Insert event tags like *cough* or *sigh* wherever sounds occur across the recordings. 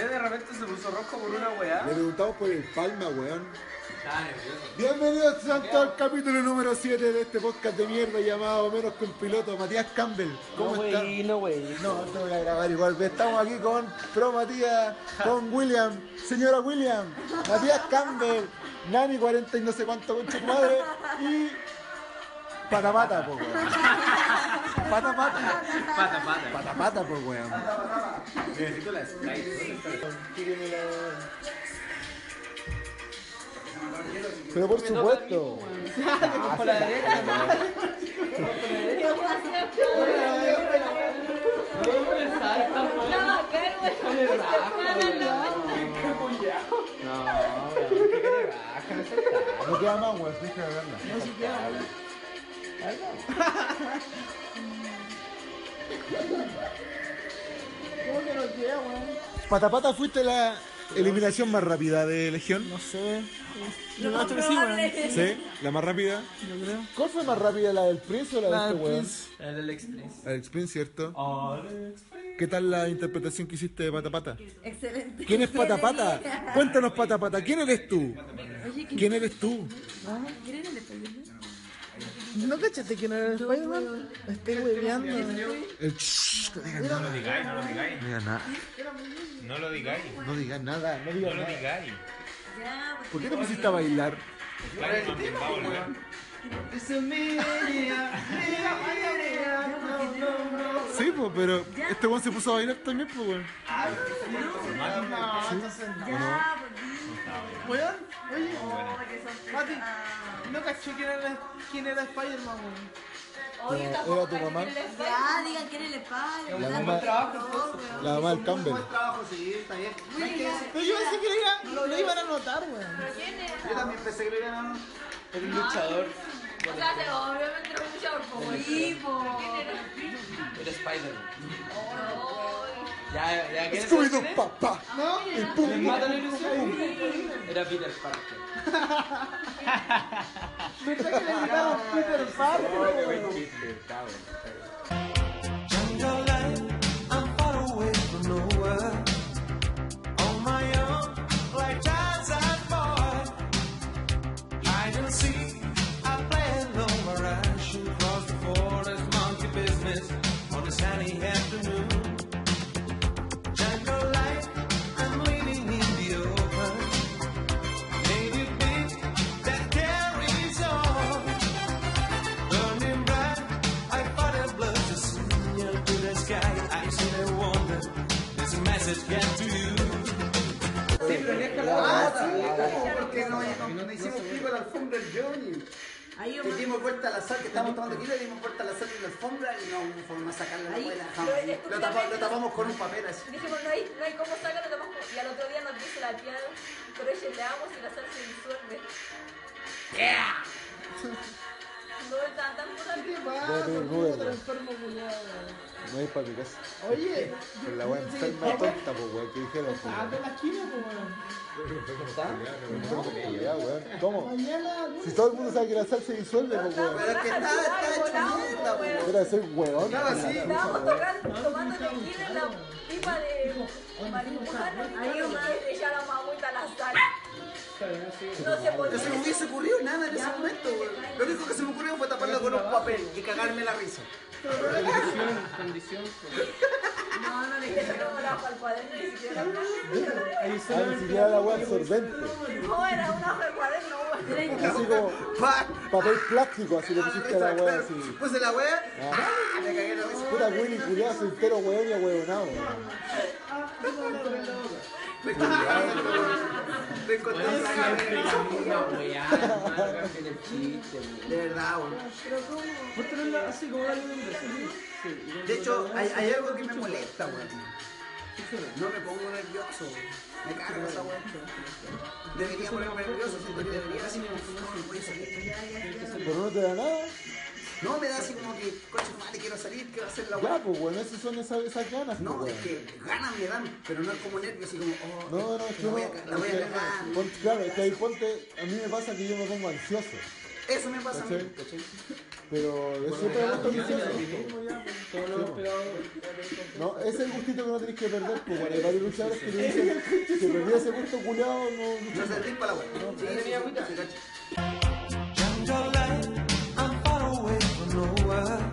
Eh, repente se puso rojo por una weá. Le preguntamos por el palma, weón. Estaba nervioso. Bienvenidos tanto al capítulo número 7 de este podcast de mierda llamado Menos con Piloto. Matías Campbell, ¿cómo no, estás? wey, no, wey. No, te voy a grabar igual. pero Estamos aquí con Pro Matías, con William, señora William, Matías Campbell, Nani 40 y no sé cuánto con tu madre y. Patapata, po, weón. Patapata. Pata, pata. Patapata, po, weón. Necesito la slide. Tíreme la- Pero por supuesto. Por la derecha, No, weón, qué cara de baja, no sé. No queda más, weón, Pues, deja de verla. Patapata fuiste la eliminación más rápida de Legión. No sé. Lo más probable. Sí, la más rápida. yo creo. ¿Cuál fue más rápida, la del Prince o la, de este weón? El Alex Prince. La del Prince, ¿cierto? ¿Qué tal la interpretación que hiciste de Patapata? Excelente. ¿Quién es Patapata? Bienvenida. Cuéntanos, Patapata, ¿quién eres tú? Oye, ¿quién- ¿Quién eres tú? ¿quién era el Spider-Man? ¿No cachaste que no era el Spider-Man? Me estoy hueveando. El shh, no digas nada. No lo digáis, no lo digáis. No digas nada. No lo digáis. No digas nada. No No digas lo nada. digáis. Ya, pues, ¿Por qué te pusiste a bailar? Claro, no me va a volver. Sí, pues, pero este weón se puso a bailar también, pues, weón. ya, pues, di. Weón, oye, Oh, qué sorpresa. Mati, no cachó quién era, quién era Spider-Man, weón. Era tu mamá, Ya, digan quién es el Spider-Man. La mamá- la mamá del Campbell. trabajo, sí, está bien. Pero yo pensé que lo, iba- lo- lo iban a notar, weón. Yo también pensé que lo iban a Era un luchador. Sí, po. Era Spider-Man. Ya, ya, ¿quién es? Scooby-Doo, papá. Y pum, Me pum, mata la pum, pum, ilusión. Era Peter Parker. Pensé que le gritaban Peter Parker, weón. Jungle life, I'm far away from nowhere. On my own, like child's eyed boy. Hide and seek, I play alone where I shoot across the forest, monkey business on a sunny afternoon. Jungle life, I'm leaning in the open. Native beat that carries on. Burning bright, I thought it blood to see you to the sky. I see the wonder. There's a message get to you. Ah, sí, porque no, no, no hicimos clip a la alfombra del Johnny. Ahí, Le Omar. dimos vuelta al azar, que estábamos tomando aquí, le dimos vuelta al azar en la alfombra y no hubo forma de sacarla. Ahí, No la lo- dejamos. Lo, tapa- lo tapamos con un papel así. Dijimos, no hay, no hay cómo sacarlo tampoco. Y al otro día nos dice la tía, pero ella le damos y la sal se disuelve. No estaba tan pura. Voy a pedir Uber, Otro weón. enfermo culiao, weón. No es para mi casa. Oye, Con la weá enferma tonta, pues, weón, que dijeron, pues, ah, te imagino, weón. pues, weón. Ya, weón. ¿Cómo? Mañana, Si todo el mundo sabe que la sal se disuelve, pues, weón. Pero es que estaba, estaba hecho mierda, weón. Mira, soy weón. Estaba así. Estábamos tocando, tomando tequila en la pipa de marihuana. Ahí Omar ella la mamita la sal. No se No se me podía. hubiese ocurrido nada en ese momento, weón. Lo único que se me ocurrió fue taparla con un papel y cagarme la risa. No, no le dije como la hoja al cuaderno, ni siquiera la plástica. Ah, ni siquiera la weá absorbente. No, era una hoja al cuaderno. güey. Así como Pa. papel plástico, así le Cagaba la pusiste a la risa, weá claro. así. Puse la weá, ¡ah! me cagué la risa. Puta Willy culiado, soy entero weón y ahueonado, weón. Me cagué la risa. Me encontré Weón, la siempre cagué. la misma weá, hermano, cambien el chiste, weón. De verdad, weón. así como darle un beso. De hecho, hay, hay algo que me molesta, weón. No me pongo nervioso, weón. Me cargo esa weón. Debería ponerme nervioso, siento que debería así como no, no voy a salir. Pero no te da nada. No me da así como que, coche, madre, quiero salir, quiero hacer la Ya, weón. pues, weón, esas son esas, esas ganas, pues, No, es weón. que ganas me dan, pero no es como nervios, así como, oh, No, no, es que la no. voy a, ca- la voy a es que- cagar. pon- Claro, es que ahí ponte. A mí me pasa que yo me pongo ansioso. Eso me pasa a mí. ¿Cachai? Pero yo siempre me pongo ansioso. Todos los pegados. pues, No, ese es el gustito que no tenés que perder, pues, bueno, hay varios luchadores que te dicen que perdí ese gusto culiado, no No luchas se rinpa la wea. Sí, sí, sí, sí, cacho. Jungle life, I'm far away from nowhere.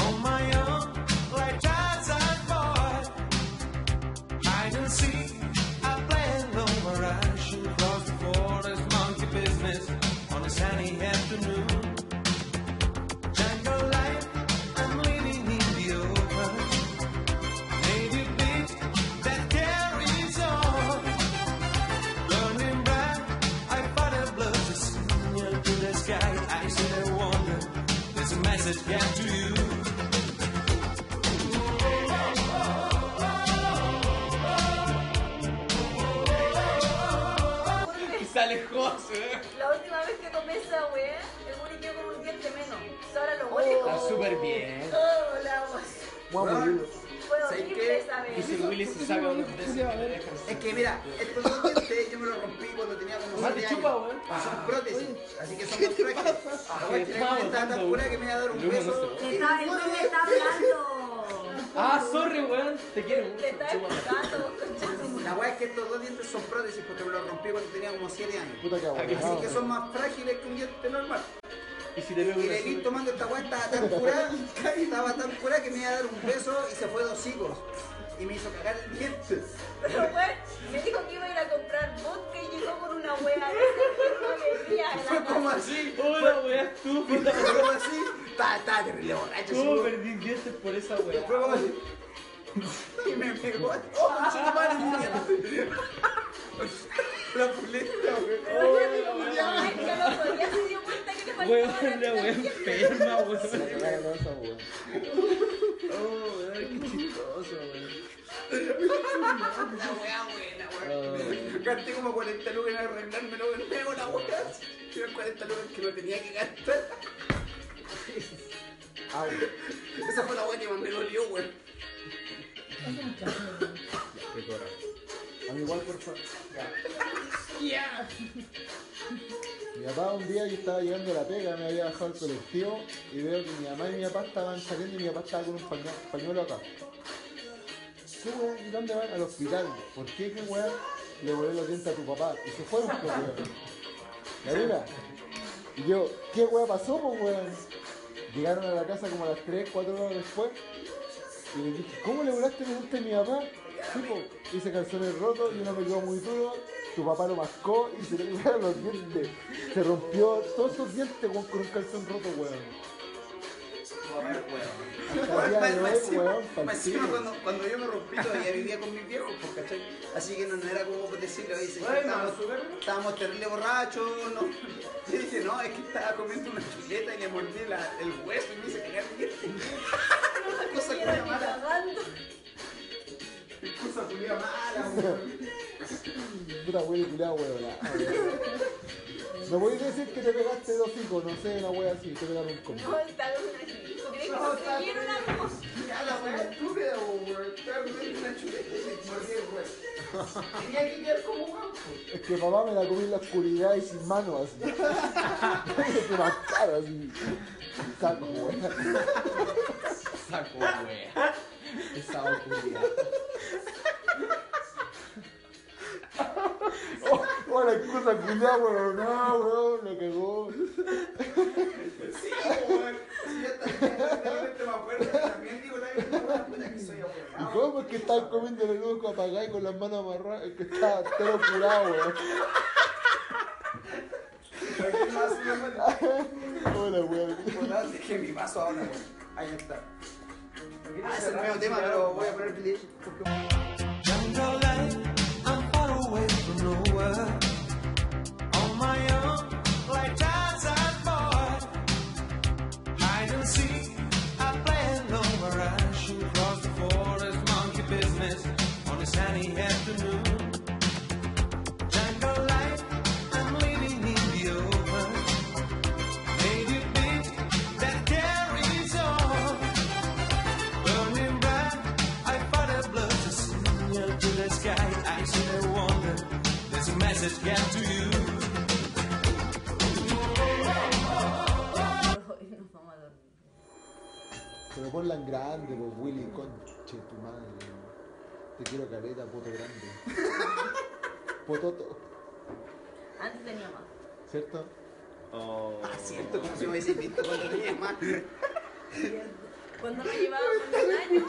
On my own, like tides I boy. Hide and seek, I play it lower. I shoot across the forest, monkey business on a sunny afternoon. Jungle life, I'm living in the open. Native beach that carries on. Running back, I find a blood to signal to the sky. I said, I wonder, there's a message got to you. Y sale José. La última vez que tomé esa weá, el Muni quedó con un diente menos. Ahora lo huele Está como. súper bien. Oh, la voz. Weón, Fue ¿sabes horrible qué? esa vez. Y si Willy se saca unos besos que le dejan. Es que mira, estos dos dientes yo me los rompí cuando tenía como Mate, siete chupa, años. weón. Son prótesis, así que son dos frágiles. Ah, Ahora Te tiene una estaba está tan botando, pura weón. que me iba a dar un El humo no beso. se Le está, el güey le está hablando. Ah, sorry, weón. Te quiero mucho. Le está chúpame. explicando, conchazo. La weá es que estos dos dientes son prótesis porque me los rompí cuando tenía como siete años. Puta que Así aguantado. que son más frágiles que un diente normal. Y si te veo Y una le vi azul. tomando esta weá, estaba *laughs* tan curada, estaba tan curada que me iba a dar un beso y se fue dos higos. Y me hizo cagar el diente. Pero weón, me dijo que iba a ir a comprar vodka y llegó con una weá. No le a Fue la como casa. así, Hola, weón, estúpida. fue como así. Estaba estaba terrible borracho. ese ¿Cómo weón. perdí dientes por esa weón? Fue como así. Y me pegó. ¡Oh, concha tu madre, mierda! La puleta, weón. Pero ya digo, weón, que al otro día se dio cuenta que le faltaba Weón, la la weón mitad. enferma, La weón. cagada con esa, weón. Oh, weón, qué chistoso, weón. La weá buena, weón. Gasté como 40 lucas en arreglármelo, weón. Me hago la weá. Eran 40 lucas que no tenía que gastar. Esa fue la weá que más me dolió, weón. A mí igual, por favor. Mi papá un día yo estaba llegando a la pega, me había bajado el colectivo y veo que mi mamá y mi papá estaban saliendo y mi papá estaba con un paño- pañuelo acá. ¿Qué weón? ¿Y dónde van? Al hospital. ¿Por qué qué weón le volé los dientes a tu papá? Y se fueron, pues, weón. La dura. Y yo, ¿qué weón pasó, pues, weón? Llegaron a la casa como a las 3, 4 horas después y le dije, ¿cómo le volaste los dientes a mi papá? Sí, po. hice calzones rotos y uno me quedó muy duro. Tu papá lo mascó y se le quedaron los dientes. Se rompió todos sus dientes con, con un calzón roto, weón. Hasta el día de Más hoy, encima- weón, más encima palpico. cuando, cuando yo me rompí todavía vivía con mis viejos, pues, ¿cachai? Así que no, no era como decirle, oye, señor, estábamos, estábamos terrible borrachos, no. Yo dije, no, es que estaba comiendo una chuleta y le mordí la- el hueso y me hice cagar *laughs* el diente. Cosa Ni culia mala, cagando. cosa culia mala, weón. Puta weón, culiao, weón. la- Me voy a decir que te pegaste dos hijos, no sé, una wea así, te pegaron un combo. No, está bien, una ¿Crees que consiguieron algo? Ya la weá estúpida, weón. Estaba comiendo una chuleta y le mordí el hueso. Tenía que quedar como guapo. Es que papá me la comí en la oscuridad y sin mano así. *laughs* Se mascara así. Saco, weón. Saco, weón. Esa oscuridad. Oh, oh, la excusa culiada, weón. No, weón, me cagó. Sí, weón. Si yo también tengo la mente más fuerte, también digo la misma puta que soy ¿Y abuelado. cómo es que estás comiendo la luz con apagada y con las manos amarradas? Es que está todo curado, weón. Pero ¿qué más, weón? Hola, weón. Acordate que mi vaso ahora, güey. Ahí está. Ah, es el nuevo tema, pero voy a poner play. Jungle life, I'm far away from nowhere. On my own, like tides I boy. Hide and seek, I play alone where I shoot across the forest, monkey business on a sunny afternoon. Jungle life, I'm living in the open. Native beat that carries on. Burning bright, I fight a blood to signal to the sky. I see the wonder, there's a message get to you. Nos vamos a dormir. Pero ponla en grande, pues, Willy, concha Che, tu madre. Te quiero caleta, poto grande. Pototo. Antes tenía más. ¿Cierto? Ah, cierto, como si me hubiese visto cuando tenía más. Cuando me llevaba un año.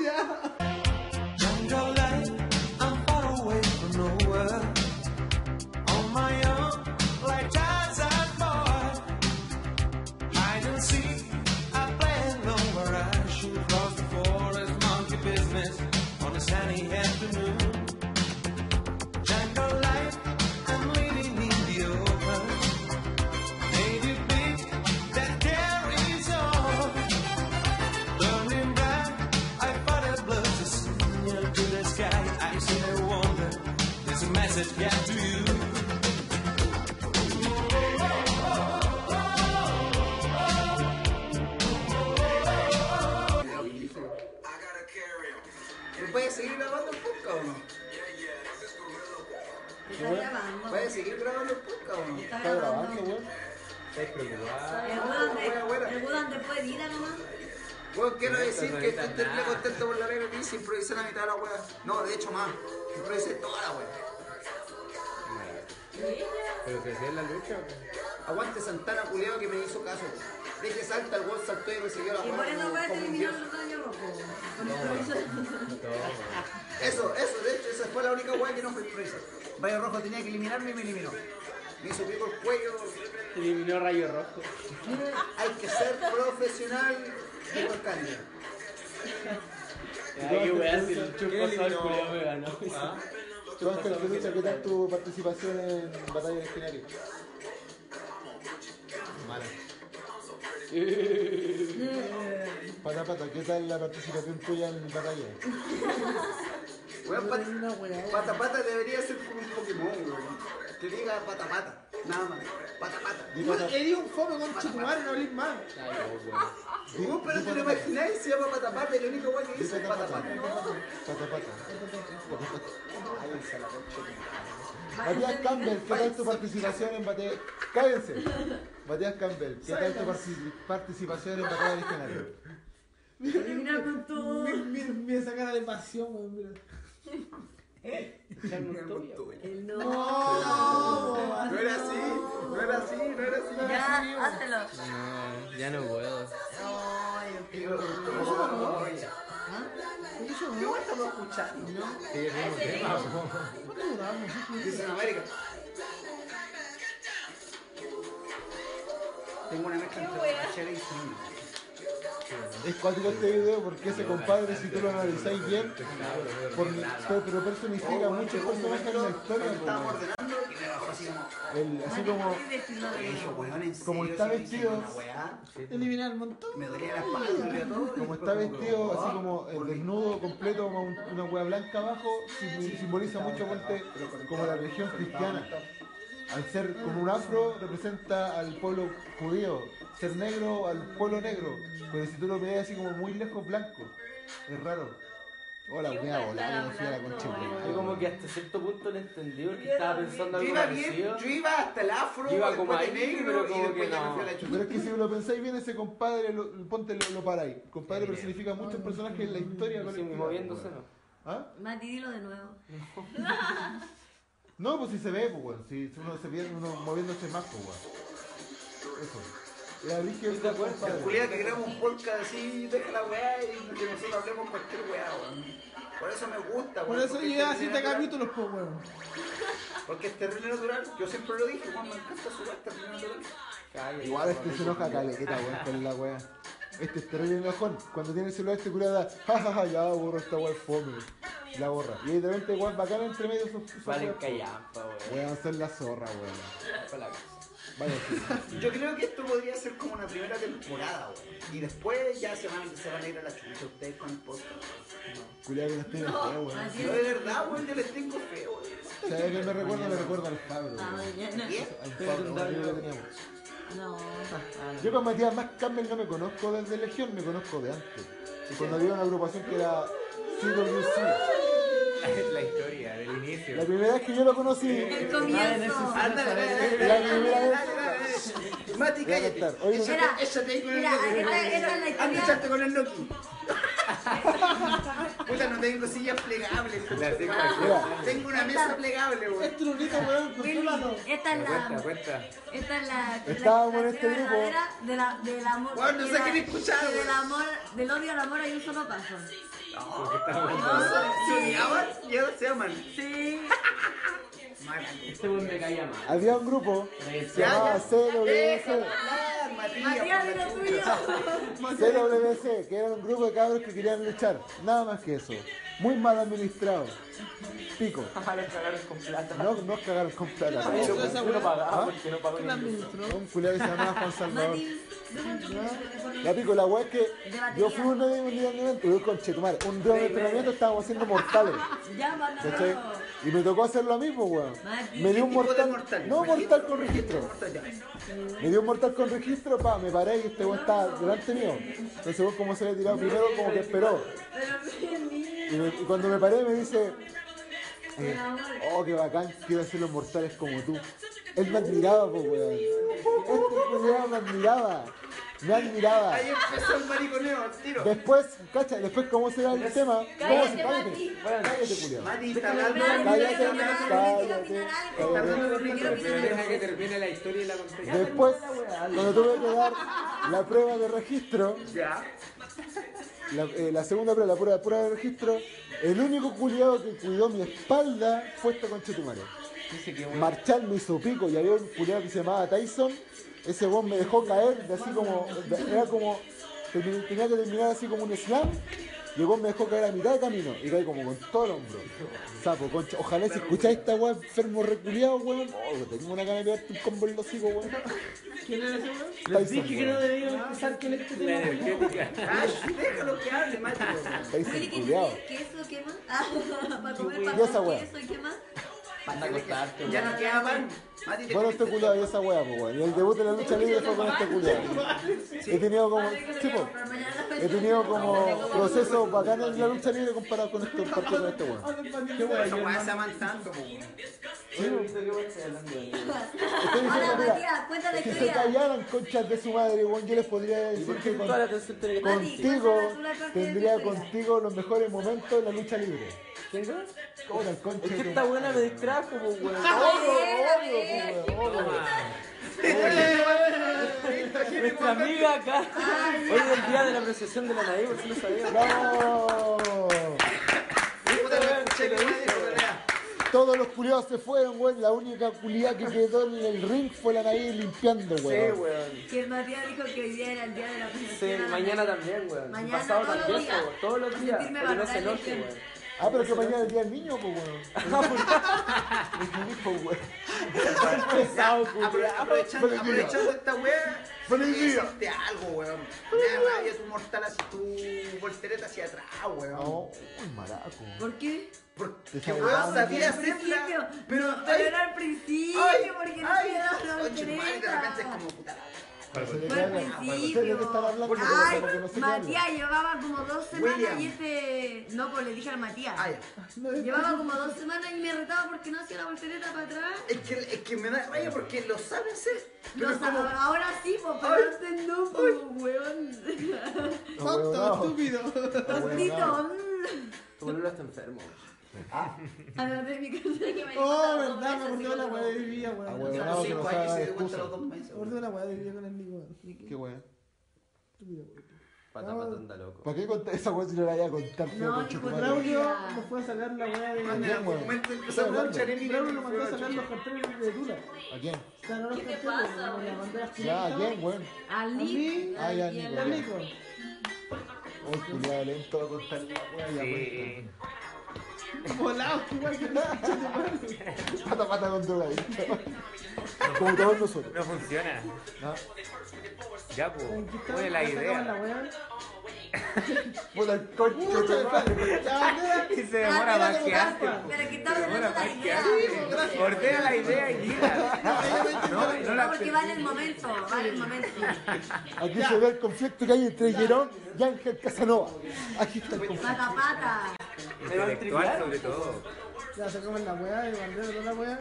Young girl life, I'm far away from nowhere. On my own, like jazz and boy. Hide and seek, I play alone where I shoot across the forest, monkey business on a sunny afternoon. Jungle life, I'm living in the open. Native big that carries on. Burning bright, I thought it was a signal to the sky. I said, I wonder, there's a message got to you. ¿Puedes seguir grabando el podcast o no? Está grabando. ¿Puedes seguir grabando el podcast o no? Está Está grabando, grabando. Ah, weón. El weón de- el weón después de ir a nomás. Bueno, quiero decir que estoy terrible contento por la regla que hice, improvisé la mitad de la wea. No, de hecho más, improvisé toda la wea. Pero que sea la lucha, Aguante Santana culiao que me hizo caso. Deje salta, el gol saltó y recibió la Y wea. por eso como- fue como un terminó dios. el daño rojo. Por eso hizo- Eso, eso, de hecho, esa fue la única wea que no fue improvisada. Rayo Rojo tenía que eliminarme y me eliminó. Me hizo pico el cuello. Eliminó Rayo Rojo. Hay que ser profesional, dijo el Candy. Ay, qué weá, si el chupo sol, culiao, me ganó. Tú, Ángel Pelucha, ¿qué tal tu participación en Batalla de Escenario? Pata, pata, ¿qué tal la participación tuya en Batalla? Weón, Yo tenía una weá, pata, weón. pata pata debería ser como un Pokémon, weón. Que diga pata pata, nada más. Pata pata. Di Pues, pata- Eres un fome con chitumar, no hablís más. Di- Weón, pero di te lo pata, imagináis, se llama pata pata y lo único weón que Di dice es pata, pata pata. pata. Pata, pata. Pata, pata. Ay, esa la concha de tu madre. Matías Campbell, ¿qué tal tu participación en Batalla? ¡Cállense! Matías Campbell, ¿qué tal tu parti- participación en Batalla de Escenario? Terminar con todo. Mira, mira esa cara de pasión, weón. mira. El no. No era así, no era así, no era así. Ya, hazlo. No, ya no puedo. ¿Qué weón estamos escuchando? ¿Cuánto duramos? Dice en América. Tengo una mezcla entre borrachera y sueño. Es cuático este video porque ese compadre, si tú lo analizáis bien, por, pero, pero personifica muchos personajes en la historia. Estábamos po. ordenando y me bajó así como. El- así como, Ay, vestido de- Dije, weón, en serio. Como está si me hicieron vestido- una weá? Eliminar el montón. Me dolía la espalda, me dolía todo. como está vestido, "Ah, así como eh, desnudo, completo, con un- una hueá blanca abajo, sim- simboliza mucho ponte, como la religión cristiana. Al ser con un afro representa al pueblo judío, ser negro al pueblo negro, pero si tú lo miras así como muy lejos blanco, es raro. Hola, ¿Qué voy hueá a volar, están me fui a la hablando, concha. de weón? tu Yo madre. como que hasta cierto punto no entendí porque estaba pensando Yo algo iba bien, parecido. yo iba hasta el afro, Yo iba después como de ahí, negro pero y como después que ya me no. fui a la chucha. Pero es que si lo pensáis bien, ese compadre, lo, lo- ponte lo, lo paráis. El compadre personifica muchos personajes en la historia. Sí, colectiva, moviéndose weón. no. ¿Ah? Mati, dilo de nuevo. No, pues si se ve, pues, weón. Si uno se ve uno moviéndose más, pues, weón. Eso. La religión ¿Estás de acuerdo? compadre. Julián, que queremos un podcast así, deja la weá y que nosotros hablemos cualquier weá, weón. Por eso me gusta, Por weón, eso porque llegué a es terrible 7 natural. capítulos, po, weón. Porque es terrible natural, yo siempre lo dije, cuando me encanta su weá, es terrible natural. Cállate, Igual este se papito. enoja caleta, weón, con la weá. Este es terrible enojón. Cuando tiene el celular este curada, jajaja, ya borro esta weá fome. La borra. Y de repente, weón, bacana entre medio sus. sus Vale, weas, po. callampa, weón. Weón, son la zorra, weón. Pa' la casa. Vaya, sí. Yo creo que esto podría ser como una primera temporada, weón. Y después ya se van, se van a ir a la chucha ustedes con el podcast. Culeado que las tiene fea, weón. Así Yo de es. verdad, weón, yo les tengo fe, weón. ¿Sabes qué me recuerda? Me recuerda al Pablo. Ah, weón. ya no. Bien. Al Pablo, un amigo que teníamos. No. Yo con Matías Más Campbell no me conozco desde Legión, me conozco de antes. Cuando había una agrupación que era CWC. *laughs* La historia del inicio. La primera vez que yo lo conocí, El comienzo. Ándale, dale, la primera vez. dale, dale. Mati, Voy a cállate. contar. Oye, Era- Échate ahí con el Mira, Loki. Ah, esta, esta es la Anda, historia. echarte con el Loki. *laughs* Puta, no tengo sillas plegables. La tengo Mira. aquí. Tengo una mesa plegable, weón. Es trunito, weón, Willy, controlado. esta es Cuenta, la. cuenta. Esta es la. Estábamos la en este verdadera grupo. De la, del amor. Weón, no sé que qué me escucharon, que Del weón. amor, del odio al amor hay un solo paso. Porque estaba Se odiaban y ahora se aman. Sí. Este weón me caía mal. Había un grupo que se llamaba CWC. Ah, Matías, mira Matías, tuyo. CWC, que era un grupo de cabros que querían luchar. Nada más que eso. Muy mal administrado. Pico. Ojalá los cagaron con plata. No, no cagaron con plata. Por eso, Era por eso no pagaba, ¿ah? porque no pagó ¿Quién la ni un administró? Un culiao que se llamaba Juan Salvador. Mati, déjame- La pico, la weá es que yo fui a un entrenamiento, yo conchetumare, un dron de entrenamiento estábamos haciendo mortales. Ya van a ¿Cachai? Y me tocó hacer lo mismo, weón. Me dio un tipo de mortal. mortal? No, mortal con registro. Mortal, ya. Me dio un mortal con registro, pa, me paré y este weón estaba delante mío. Entonces, weón, como se había tirado primero, como que esperó. Pero sí, Y, me- y cuando me paré, me dice. eh, oh, qué bacán, quiero hacer los mortales como tú. Él me admiraba, pues, weón. Este culiao me admiraba. Me admiraba. Ahí empezó el mariconeo al tiro. Después, cacha, después cómo será el tema. ¿Cómo se- Cállate, Cállate, Mati. cállate, culiao. Mati está hablando. Cállate, Cállate, Mati. cállate. cállate. Deja que termine la historia y la conté. Después, cuando tuve que dar la prueba de registro, Ya. la, eh, la segunda prueba, la prueba, la prueba de registro, el único culiado que cuidó mi espalda fue esta conchetumare. Dice que weón. Marchal me hizo pico y había un culiado que se llamaba Tyson. Ese weón me dejó caer, de así como, de- era como, termi- tenía que terminar así como un slam. Y el weón me dejó caer a mitad de camino y caí como con todo el hombro. Sapo, concha. Ojalá si escucháis esta weá enfermo reculeado, weón. Oh, tengo una gana de pegarte un combo en los hocicos, weón. ¿Quién era ese weón? Tyson, Les dije que weón. no debía empezar con este La tema. energética. Ash, déjalo que *laughs* hable, Mati. weón. Tyson, Willy, ¿qué culiado. tiene? ¿Queso quema? Ah, *laughs* para comer Y esa pan, wea. queso y quema. Anda a acostarte, Ya weón. no queda pan. Mati, te Bueno, este comiste culiado y esa weá, pues, weón. Y el debut de la lucha libre fue con este culiado. He tenido como. Sí, po. He tenido como procesos bacanes en la lucha libre comparado con esto, parte con este weón. Qué todo. weón, Esa weá hermano. se aman tanto, po, weón. Estoy diciendo, Hola, mira, Matías, cuenta la si se historia. callaran conchas de su madre, weón, yo les podría decir que con- Toda la atención tiene que- Mati, contigo cuéntanos una parte de tu tendría historia. contigo los mejores momentos en la lucha libre. ¿Quién, weón? Ahora, el concha Es que de tu esta madre. buena me distrajo, po, Obvio, weón. po, weón. Nuestra amiga acá. Hoy es el día de la apreciación de la nariz, por si no sabía. ¡Bravo! Puta, no escuché que Mati dijo, weón. Todos los culiados se fueron, weón. La única culiada que quedó en el ring fue la nariz limpiando, Sí, weón. weón. Que Matías dijo que hoy día era el día de la Sí, presentación. mañana también, weón. Mañana, Pasado todos los también, días. weón. Todos los días. Sentirme Pero no se valorada y enoje, gente. weón. Ah, pero que mañana es el día del niño, pues, weón. Pues, weón. Pesado, Apro- culiao. aprovechando- Feliz día. Aprovechando esta weá, Feliz día. hiciste algo, weón. Me da rabia tu mortal hacia tu voltereta hacia atrás, weón. No, uy, maraco. ¿Por qué? Porque weón sabía Al principio. hacerla, pero no, ay, pero era al principio, ay, porque no ay, te daba la conche tu madre, de repente es voltereta. como puta la Se le Fue al cae la- Ustedes deben estar hablando, principio. pero pues Ay, como que no sé qué Matías hablan. llevaba como dos semanas William. y este. No, pues le dije al Matías. Ah, ya. Llevaba como dos semanas y me retaba porque no hacía la voltereta para atrás. Es que, es que me da rabia porque lo sabe hacer. Pero No, es como, ahora sí, po, pero antes no, po, weón. Huevonao. Tonto, estúpido. Tontito. Tu boludo está enfermo. A ver, de mi casa que me Ah. Oh, verdad, me acordé de la weá de vivía, Ah, weón. weón. a no, los que no cinco años sabe se dio cuenta excusa. los dos meses. Me acordé de la weá de vivía con el Nico, weón. Qué weón. Estúpido, weón. Pata, pata, anda loco. ¿Para qué contar esa weón si no la voy a contar? feo, No, concha tu hijo, madre? Braulio nos fue a sacar la weá de. En Ya, algún weón. momento empezamos a luchar en Braulio nos mandó a sacar los Mira, carteles de Dula. ¿A quién? O sea, no los ¿Qué te carteles, pasa, weón, weón? las banderas Ya, ¿a culiadas. quién, weón? Al Nick. Ah, ya, Nico, Ya, al Nico. Uy, culiado lento va a contar la pues. weón pues, y Sí. Volado, qué weá, que no escuché tu madre. la Pata pata con drogadicto. Como todos nosotros. No funciona. ¿no? Ya, pues. Conquistamos, ¿Cuál es sacamos la la *laughs* idea? weá. Puta el concho Pues de tu madre. La bandera. Y se Ah, demora más que antes. Pero que estaba hablando de la idea. Ordena la idea y *laughs* guíala. No, no pues. No, la porque vale el momento, vale el momento. Aquí se ve el conflicto que hay entre Gerón y Ángel Casanova. Aquí está el conflicto. Pata pata. intelectual sobre todo. Ya sacamos la weá, y guardamos toda la weá,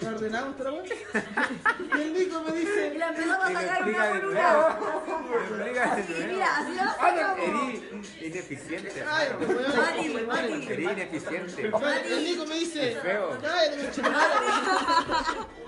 la ordenamos toda la weá. Y el Nico me Y dice, la empezamos a sacar una por una. Explícate, Sí, mira, así la Ah, no, sacamos. eres ineficiente. ay, hermano. pues. weón, Mati, weón, Mati. Eres ineficiente. weón, El Nico me dice, Feo. cállate, me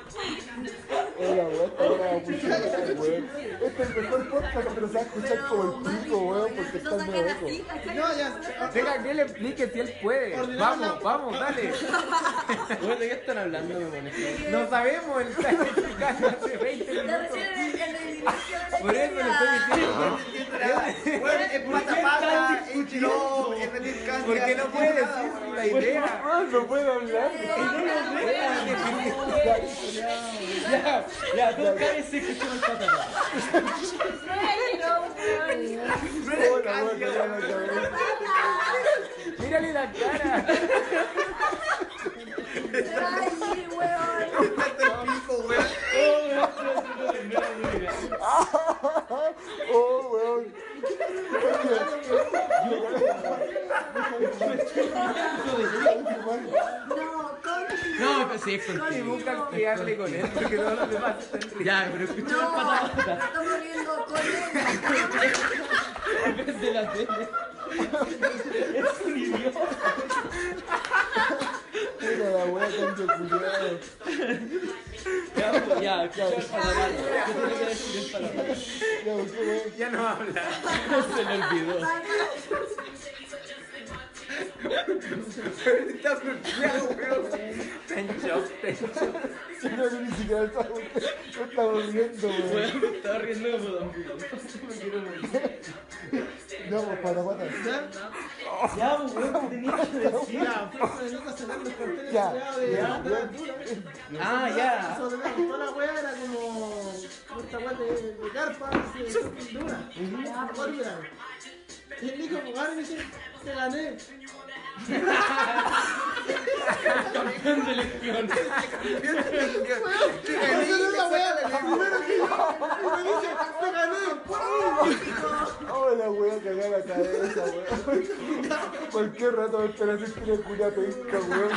Hola, weón, esta hora de publicidad, weón. Este es el mejor podcast, pero se va a escuchar como Pero el pico, Mati weón, porque empezó a está sacar medio las eco. tipas. No, ya, Deja que él explique si él puede. Vamos, vamos, *laughs* dale. Bueno, ¿de qué están hablando? Me molesta. No sabemos, él está explicando hace 20 Ya minutos. recién el- el- el inicio de la Por eso le estoy actividad. diciendo. Bueno, es pata pata, es chilón, es repetir cancha. Porque no puede decir la idea. Weón, no puedo hablar. Ya, ya, tú cállese que yo no estoy acá. Hola, weón, no me lo acabé. Mírale la cara. Ay, sí, weón. Oh, weón. No, Connie. No, pero sí, es Y contigo. busca alterarle con él, porque todos los demás están riendo. Ya, pero escuché No, *laughs* las palabras me estoy muriendo con él. en vez de las de él. Es un idiota. Mira la weá, concha culiao. Ya, pues, ya, escuché el paladar. ¿Qué tiene que decir el paladar? Ya, busqué, weón. Ya no habla. Se le olvidó. *laughs* Estás golpeado, weón. Está en shock, está en shock. Si no, yo ni siquiera estaba- no estaba volviendo, weón. Bueno, me estaba riendo como don Julio. Me quiero morir. Ya, pues, para patas. Ya, pues, weón, ¿qué tenías que decir? Ya, puso de Nico sacando el cartel Ya, entregado de ya, la altura. Ah, ya. Eso, ordenamos toda la weá, era como esta weá de, de carpa, de, de una. Por una. Y el Nico gana y me dice, te gané. Campeón de legión. Eso no es la weá, primero que yo, y me dice, te gané. Hola, weón, cagá la cabeza, weón. Cualquier rato me espera sentir el culia penca, weón.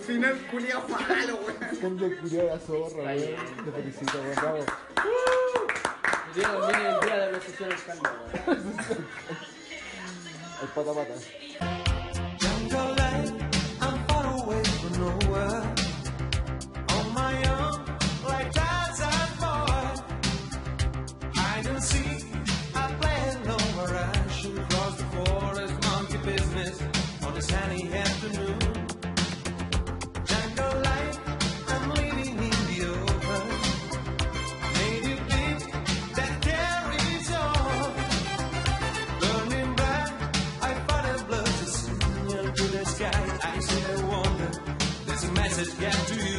Final culiao malo, weón. Cambia el culia la zorra, weón. Te felicito, weón. Bravo. El día también es el día de la sesión al cambio, weón. El pata pata. Jungle life, I'm far away from nowhere. On my own, like that boy. Hide and seek, I play it over. I shoot across the forest, monkey business on a sunny afternoon. Jungle life, I'm living in the open. Native beat that carries on. Burning bright, I find a blood to signal to the sky. I see a wonder, there's a message got to you.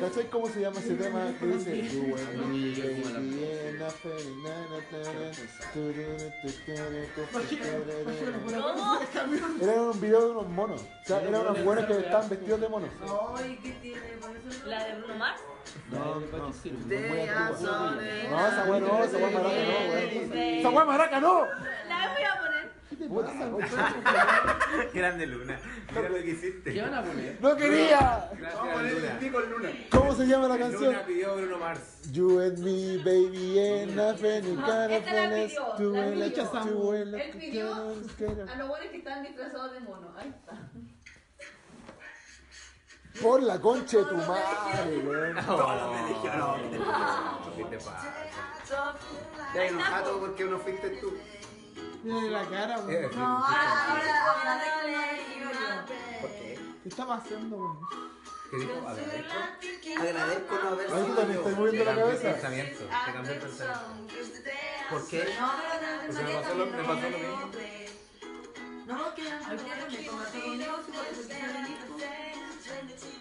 ¿Cachai cómo se llama ese tema que dice? You and me, baby, and I fell in love, na, na, na, tururu, tuturu, tuturu. Era un video de unos monos. O sea, eran unos buenos que estaban vestidos de monos. Ay, ¿qué tiene? Por eso- ¿La de Bruno Mars? No, no. ¿Para qué sirve? Muy antigua. No, esa weá no, esa weá maraca no, weón. ¡Esa weá maraca no! Pues, eh, La voy a poner. Grande Luna. Mira lo que hiciste. ¿Qué van a poner? *laughs* ¡No quería! Vamos a Gracias, ponerle el Luna. pico al Luna. ¿Cómo se llama la canción? Luna pidió Bruno Mars. You and me, baby, and nothing in No, esta la caravanas, pidió, tú la and la- pidió. tú and la- Él pidió tú and la- A lo bueno es que están disfrazados de mono. Ahí está. Por la concha de tu madre, weón. ¿Qué te pasa? Te enojado porque no fuiste tú. Mira la cara, weón. Eh, No, ahora, ahora, ahora de ¿Por qué? ¿Qué está pasando, weón? ¿Qué dijo? A ver. Agradezco no haber Ahí tú sido también yo. estás moviendo la cambió el cabeza. pensamiento. Te cambió el pensamiento. ¿Por qué? No, pero Porque me pasó lo- me pasó lo mismo. pues. No, porque me conversó conmigo, sí, porque se quiso venir.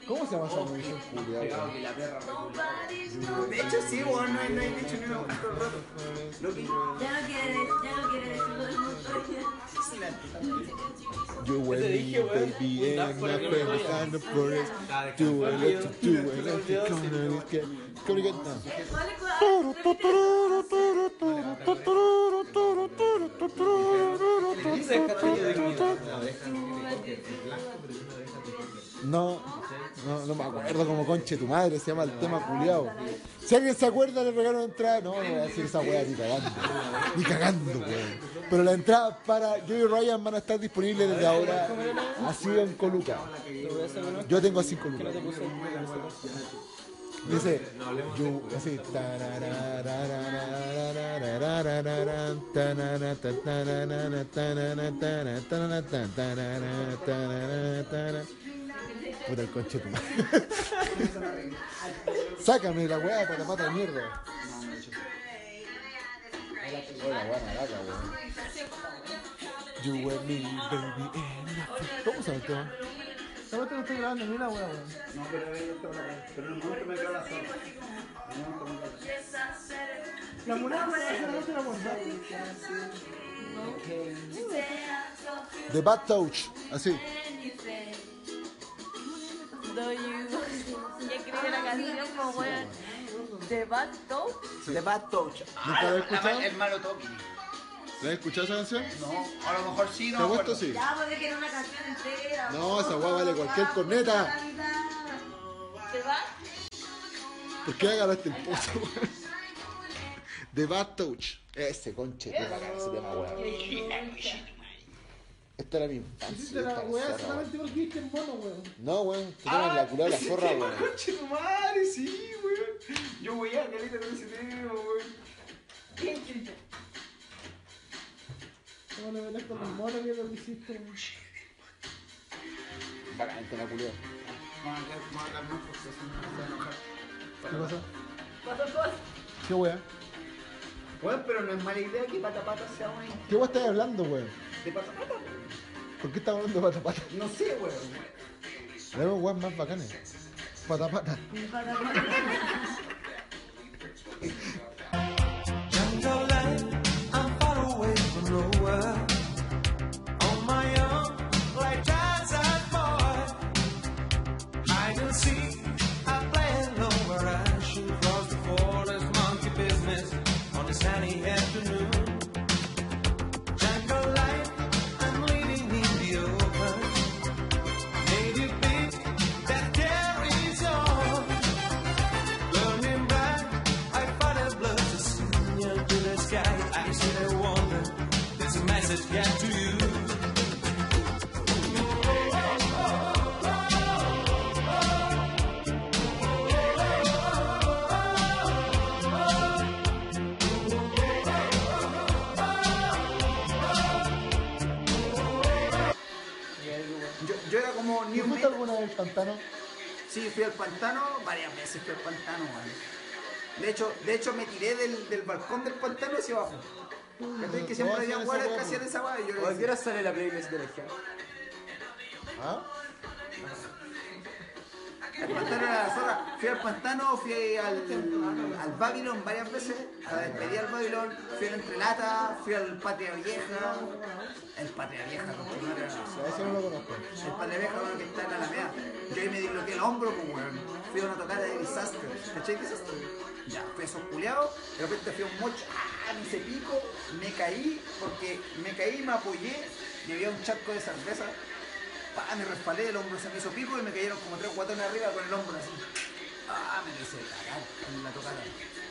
¿Cómo se llama esa canción, culiao, weón? Que la perra De hecho, sí, weón, no hay, no hay dicho ni una weá todo el rato. Lo que Ya no quiere, ya no quiere decirlo del mundo. *laughs* You were Ese dije, me, weón. baby, Un and Dafo my en el friend Victoria. and the forest. Do it, let you do it, let you come and you get- come and get down. ¿Cuál es cuál? No, no, no me acuerdo como conche tu madre, se llama el tema culiao. Si alguien se acuerda, le regalo una entrada. No, no voy a decir esa weá ni cagando. Ni cagando, weón. Pero la entrada para yo y Ryan van a estar disponibles desde ahora. Así en Coluca. Yo tengo cinco lucas. Dice, yo así. tarararararararararararararararán, tanana, tanana, tanana, tanana, tanana, tanana, tanana, tanana. Puta el conche tu madre. *laughs* Sácame la weá para pata de mierda. Hola, weá, maraca, weón. You were me, baby, and I- ¿Cómo se llama el tema? Esta parte no estoy grabando ni una wea, weón. No, pero a ver, esto, pero en un momento me quedó la zorra. En un momento me quedó la zorra. La moneda me la no te la guardaba. The Bad Touch, así. Doy Y escribe la canción como weón. De Bad Touch. The Bad Touch. ¿Nunca lo he la- escuchado? la- Ah, El malo Toki. ¿La has escuchado esa canción? No, a lo mejor sí, ¿Te no. me gusta acuerdo. sí? Ya, porque quiero una canción entera. No, esa weá vale cualquier corneta. ¿Te vas? ¿Por qué agarraste el pozo, weón? The Bad Touch. Ese conche, te caga ese tema, weón. Esta era mi infancia. Hiciste la esta wea zorra, weón. solamente porque viste el mono, weón. No, weón, te tomas la culada de la zorra, weón. Conche tu madre, sí, weón. Yo voy a caleta con ese tema, weón. Cómo le metes con el mono que es lo que hiciste, weón. Bacán, te la culada. Vamos a hablar- vamos a hablar más, porque si no, se va a enojar. ¿Qué pasa? Pasó cosas. ¿Qué weón? Bueno, pero no es mala idea que pata pata sea una ¿Qué weón estás hablando, weón? de pata pata. ¿Por qué estás hablando de patapata? No sé, weón. Tenemos weón más bacanes. Patapata. Jungle life, I'm far away from nowhere. On my own, like as a boy. Hide and seek, I play low where I shoot across the forest, monkey business on a sunny afternoon. Jungle life, I'm leading in the open. Native beat that carries on. Burning bright, I fight a blood to see you to the sky. I see the wonder. There's a message got to you. Yo, yo era como ¿Te New gusta Metal. alguna del pantano? Sí, fui al pantano, varias veces fui al pantano, weón. De hecho, de hecho me tiré del, del balcón del pantano hacia abajo. ¿Cachai? Que siempre No, había esa guardas weá, que hacían no. esa weá. y Yo ¿A le qué decía, hora sale la playlist de la hija? ¿Ah? el pantano era la zorra. Fui al pantano, fui al, al Babylon varias veces, a la despedida al Babylon, fui al Entrelata, fui al Patria Vieja. El Patria Vieja, no, no A era- ese no lo conozco. El padre vieja, bueno, que está en la Alameda. Yo ahí me disloqué el hombro, pues, weón. Fui a una tocada de desastre. ¿Cachai? Desastre. Ya, fui a esos culiados. De repente fui a un mocho. ¡Ah! Me hice pico. Me caí, porque me caí, me apoyé. Me había un charco de cerveza. Pa, me resbalé, el hombro se me hizo pico y me cayeron como tres guatones arriba con el hombro así. Ah, me quise cagar en la tocada.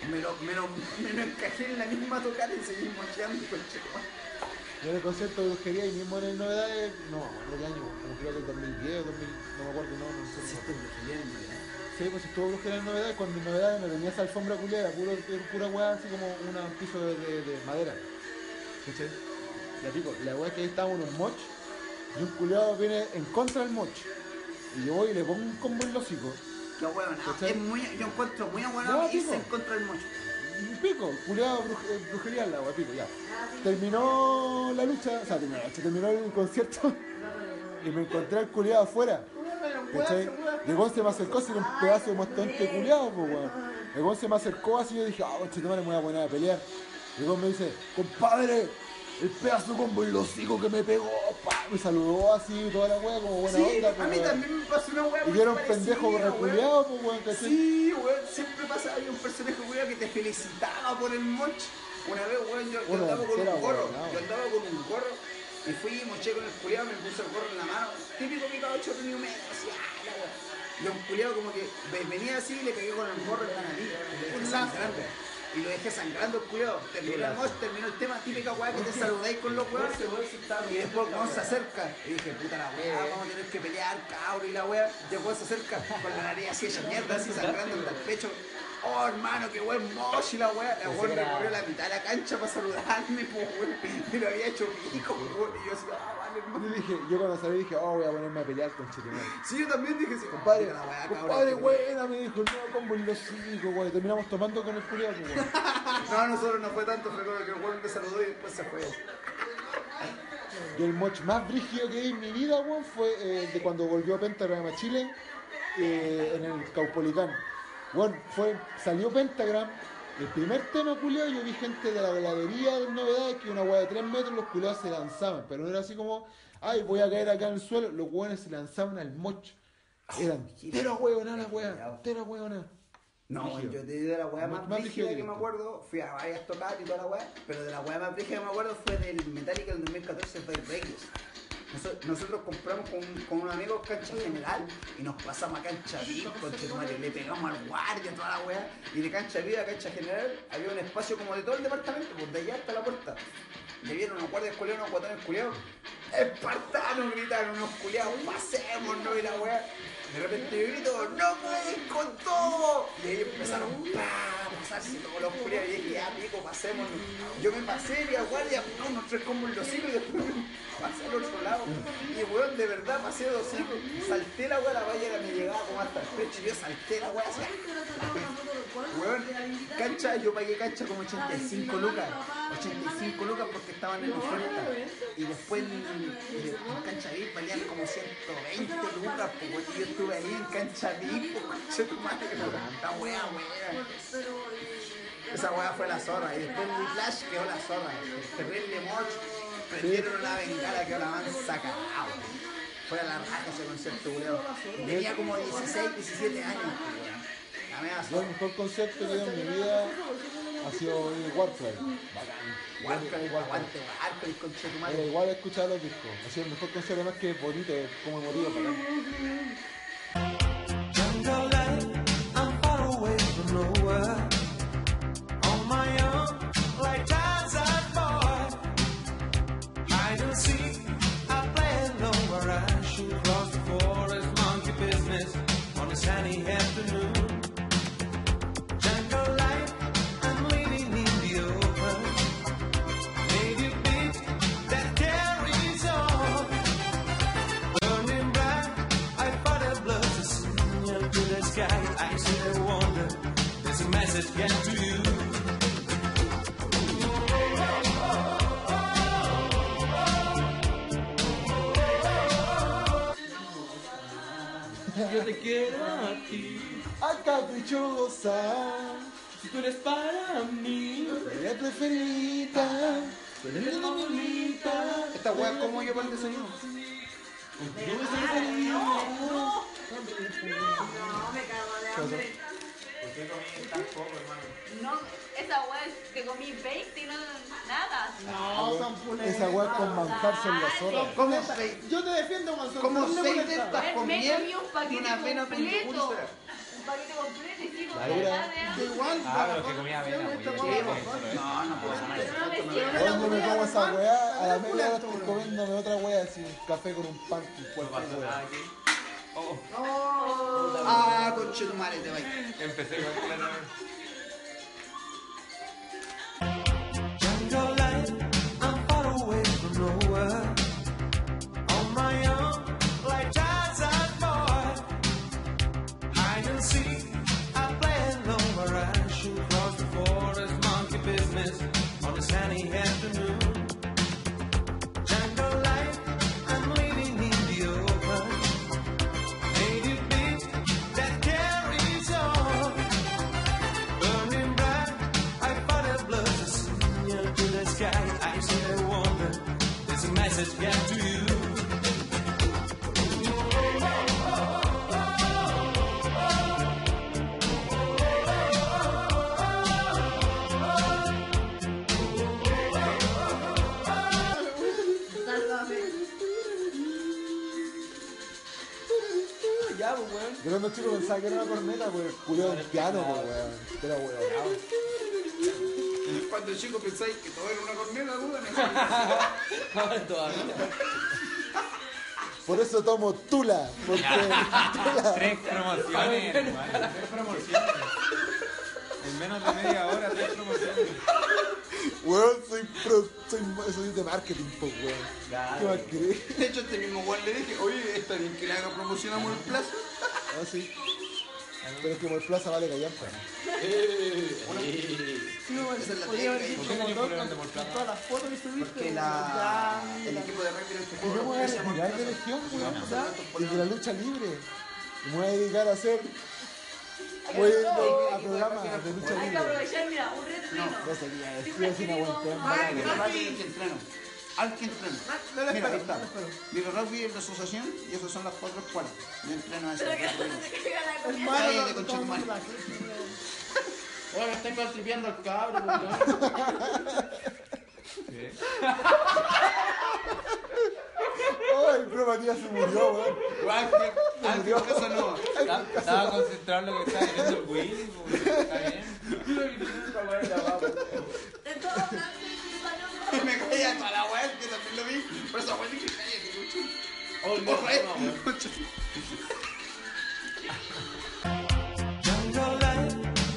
Me lo, me lo, me lo encajé en la misma tocada y seguí mocheando con Yo en el concierto de brujería y mismo en el novedades, no me acuerdo qué año, como creo que el 2010 o 2000, no me acuerdo, no, no sé. no me acuerdo. Sí, pues estuvo brujería en novedades, cuando en novedades me tenía esa alfombra culiada, puro, era pura weá, así como una- un piso de, de- de madera. ¿Cachai? La pico, la weá es que ahí estaban unos moch y un culiado viene en contra del moch. Y yo voy y le pongo un combo en los hocico. Qué huevonao. ¿Cachai? Es muy, yo encuentro muy No, aguanado irse tipo. en contra del mocho. Y Pico, culiado bruje- eh, brujería al agua, pico, ya. Terminó la lucha, o sea, terminó la lucha, terminó el concierto *laughs* y me encontré al culiado afuera. ¿Cachai? Y el weón se me acercó así con un pedazo de mastante culiado, pues weón. El weón se me acercó así y yo dije, ah, oh, me voy a poner a pelear. Y el weón me dice, compadre, el pedazo combo y los hocico que me pegó, pa, me saludó así, toda la wea como buena Sí, onda, a pues, mí weón. también me pasó una weá. Y que era un pendejo reculeado, pues weón, ¿cachai? Sí, weón, siempre pasa, había un personaje weón que te felicitaba por el monch. Una vez, weón, yo, yo Una andaba con tercera, un gorro, weón, no. yo andaba con un gorro y fui y moché con el culiado, me puso el gorro en la mano, típico picado ocho de New Media, así, ah, la weá. Y un culiado como que ve- venía así y le pegué con el gorro en la nariz, y lo dejé sangrando. Y lo dejé sangrando, culiado. Terminó el monch, terminó el tema, típica weá que te saludáis con los weones. Y después el weón se acerca y dije, puta la weá, vamos a tener que pelear, cabrón, y la weá. Y el weón se acerca con la nariz así hecha mierda, así sangrando hasta el pecho. Oh, hermano, qué buen mosh y la weá. La weá me corrió la mitad de la cancha para saludarme, pues weón. Me lo había hecho pico, weón. Y yo así, ah, vale, hermano. Yo dije, yo cuando salí dije, oh, voy a ponerme a pelear con Chetumel. Sí, yo también dije, sí, Compadre, puta la weá, cabrón. compadre, buena, me dijo, no, combo y los hocicos, weón. Y Terminamos tomando con el culiado, weón. No, a nosotros no fue tanto, fue como que el weón me saludó y después se fue. Y el moch más brígido que vi en mi vida, weón, fue eh, el de cuando volvió Pentagram a Chile eh, en el Caupolicán. Weón, fue, salió Pentagram, el primer tema culiado, yo vi gente de la galería de novedades que una weá de 3 metros los culiados se lanzaban, pero no era así como, ay, voy a caer acá en el suelo, los weones se lanzaban al moch. Eran entera weona la weá, entera weona. No, Brígido. yo te digo de la weá Más- más, más brígido brígida que que me esto. acuerdo, fui a varias tocadas y toda la weá, pero de la weá más brígida que me acuerdo fue del Metallica del 2014 by Reyes. Noso- Nosotros compramos con, con un amigo cancha general y nos pasamos a cancha VIP, conchetumare, le pegamos al guardia, toda la weá, y de cancha VIP a cancha general había un espacio como de todo el departamento, pues de allá hasta la puerta. Le vieron unos guardias culiados, unos guatones culiados, espartanos gritaron, unos culiados, pasémonos y la weá. De repente yo grito, no pueden con todo. Y ahí empezaron pa, a pasarse todos los culiados. Y dije, ya pico, pasémonos. Yo me pasé, vi a guardia, pum, unos tres combos en los hijos y después pasé al otro lado. Y weón, de verdad pasé dos hijos. Salté la weá, la ballera me llegaba como hasta el pecho. Y yo salté la weá, así, Weón, cancha, yo pagué cancha como 85 lucas. 85 lucas porque estaban en oferta. Y después en, en- en cancha VIP valían como 120 lucas. Pues, weón, y yo estuve ahí en cancha VIP, pues, conche tu madre, weón. La wea, wea. Esa wea fue la zorra. Y después en Flash quedó la zorra. El terrible moch. Prendieron la bengala que ahora van sacado. Fue a la raja ese concierto, weón. Tenía como 16, 17 años, pues, weón. La mea Yo el zorra. mejor concierto que he dado en mi vida ha sido el Warfare. Huarca, el aguante, huarca, el conche tu Era madre. igual escuchar los discos. Ha sido el mejor concierto, además que es bonito, es como emotivo para mí. Jungle life, I'm far away from nowhere. On my own, like Tarzan boy. Hide and seek, I play lower. I shoot across the forest, monkey business on a sunny afternoon. Jungle life, I'm living in the open. Made you beat that carries on. Burning bright, I thought it blood to see into the sky. I see the wonder. There's a message get to you. Yo te quiero a ti. A caprichosa, Si tú eres para mí. la preferida, Tú eres la bonita. Esta wea, ¿cómo yo para el desayuno? No, me cago de hambre. No, esa weá es- te comí 20 y no nada. No, Sampuleta. esa weá con manjarse en las horas. ¿Cómo seis? Yo te defiendo, Manzón. ¿Cómo no me seis de molesta. estas con Me miel comí un y paquete una avena con completo. úlcera? Un paquete completo y sigo La dura. cagada de hambre. Igual, Ah, pero que comía avena, pues, yo Esta dije, guapa, eso no es. No, no puedo comer eso. No me sirve la Cuando me weá. como esa weá, a la Manjar media hora fulento, estoy weón. comiéndome otra weá así, un café con un pan con No pasó cualquier nada weá. aquí. Oh, Ah, conche tu madre, te va a ir. empecé igual que la otra vez. Jungle life, I'm far away from nowhere. On my own, like Tarzan boy. Hide and seek, I play lower. I shoot across the forest, monkey business on a sunny afternoon. Jungle life, I'm living in the open. Native beat that carries on. Burning bright, I thought it blood to see into the sky. I see the one it got to you? Ya, pues, weón. Yo cuando chico pensaba que era una corneta, pues culiado un piano, pues weón. Era weón. Cuando chico pensáis que todo era una corneta, duda, Ahora todavía. Por eso tomo tula, porque tula. Tres *laughs* promociones, hermano. Tres promociones. En menos de media hora, tres promociones. Weón, soy pro, soy, soy de marketing, pues weón. ¿Qué más querés? *laughs* De hecho, este mismo Juan le dije, oye, está bien que le haga promoción a Plaza. Ah, sí. Pero es que por plaza vale callampa. No, esa es la Podría técnica. haber ahí. dicho como dos con todas las fotos que subiste. Porque como la, ya, el la- equipo de rugby este Y yo me voy a retirar de Legión, weón, y de la lucha libre. Y me voy a dedicar a hacer. Voy a ir a- a programas de lucha Hay que libre. aprovechar, mira, un retrino. No sería, estoy haciendo aguantón. Al que entreno. Al que entreno. Mira, ahí está. Miro rugby es la asociación y esas son las cuatro escuelas. Yo entreno a esas cuatro escuelas. Hermano, Cállate, no, concha todo tu el mundo *laughs* madre. Oye, me estoy constripiando al cabro, weón. Ay, pero Matías se murió, weón. Guau, que- Al que empieza no. estaba- Estaba concentrado en lo que estaba diciendo el Willy, po. Está bien. Me caía para la web, que también lo vi. Por esa web dije, cállate, concha. Oh, no, no, weón. Younger life,